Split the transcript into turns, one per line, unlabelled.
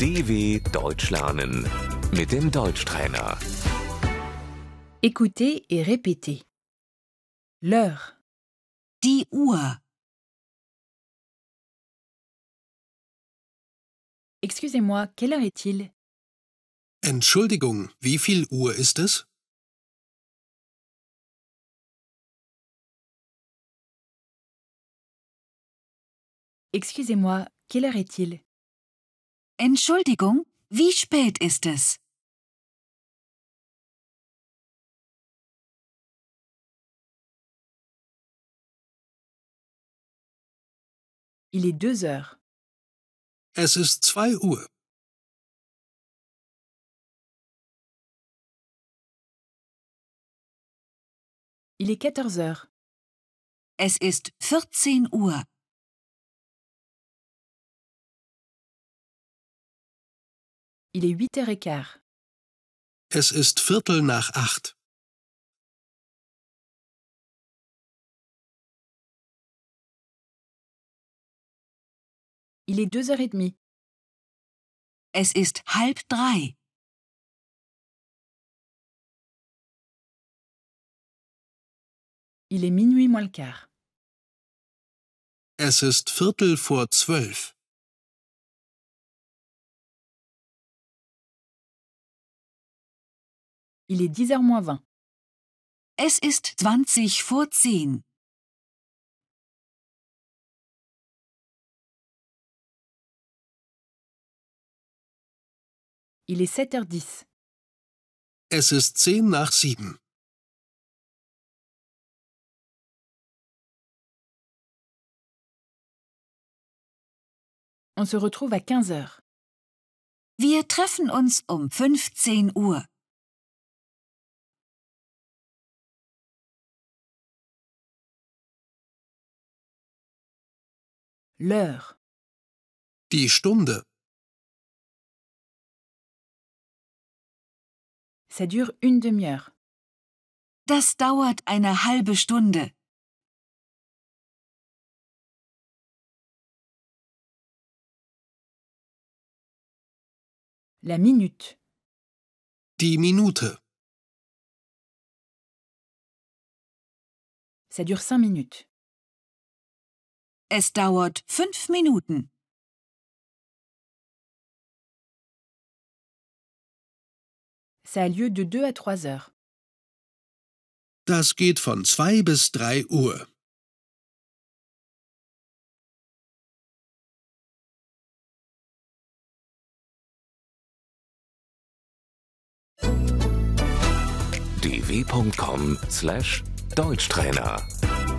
DW Deutsch lernen mit dem Deutschtrainer.
Écoutez et répétez. L'heure,
Die Uhr.
excusez-moi, quelle heure est-il
Entschuldigung, wie viel Uhr ist es?
Excusez-moi, quelle heure est-il
Entschuldigung, wie spät ist es?
Il est deux heures.
Es ist zwei Uhr.
Il est 14 heures.
Es ist 14 Uhr.
Il est 8 heures et quart.
Es ist Viertel nach acht.
Il est deux heures et demie.
Es ist halb drei.
Il est minuit moins le quart.
Es ist Viertel vor zwölf.
Il est 10 heures moins 20.
Es ist 20 vor 10.
Il est 7h10.
Es ist zehn nach sieben.
On se retrouve à 15 heures.
Wir treffen uns um 15 Uhr.
L'heure,
Die Stunde.
ça dure une demi-heure.
Das dauert eine halbe Stunde.
La minute,
Die Minute.
ça dure 5 minutes.
Es dauert fünf Minuten.
Ça a lieu de 2 à 3 heures.
Das geht von zwei bis drei Uhr.
dw.com/deutschtrainer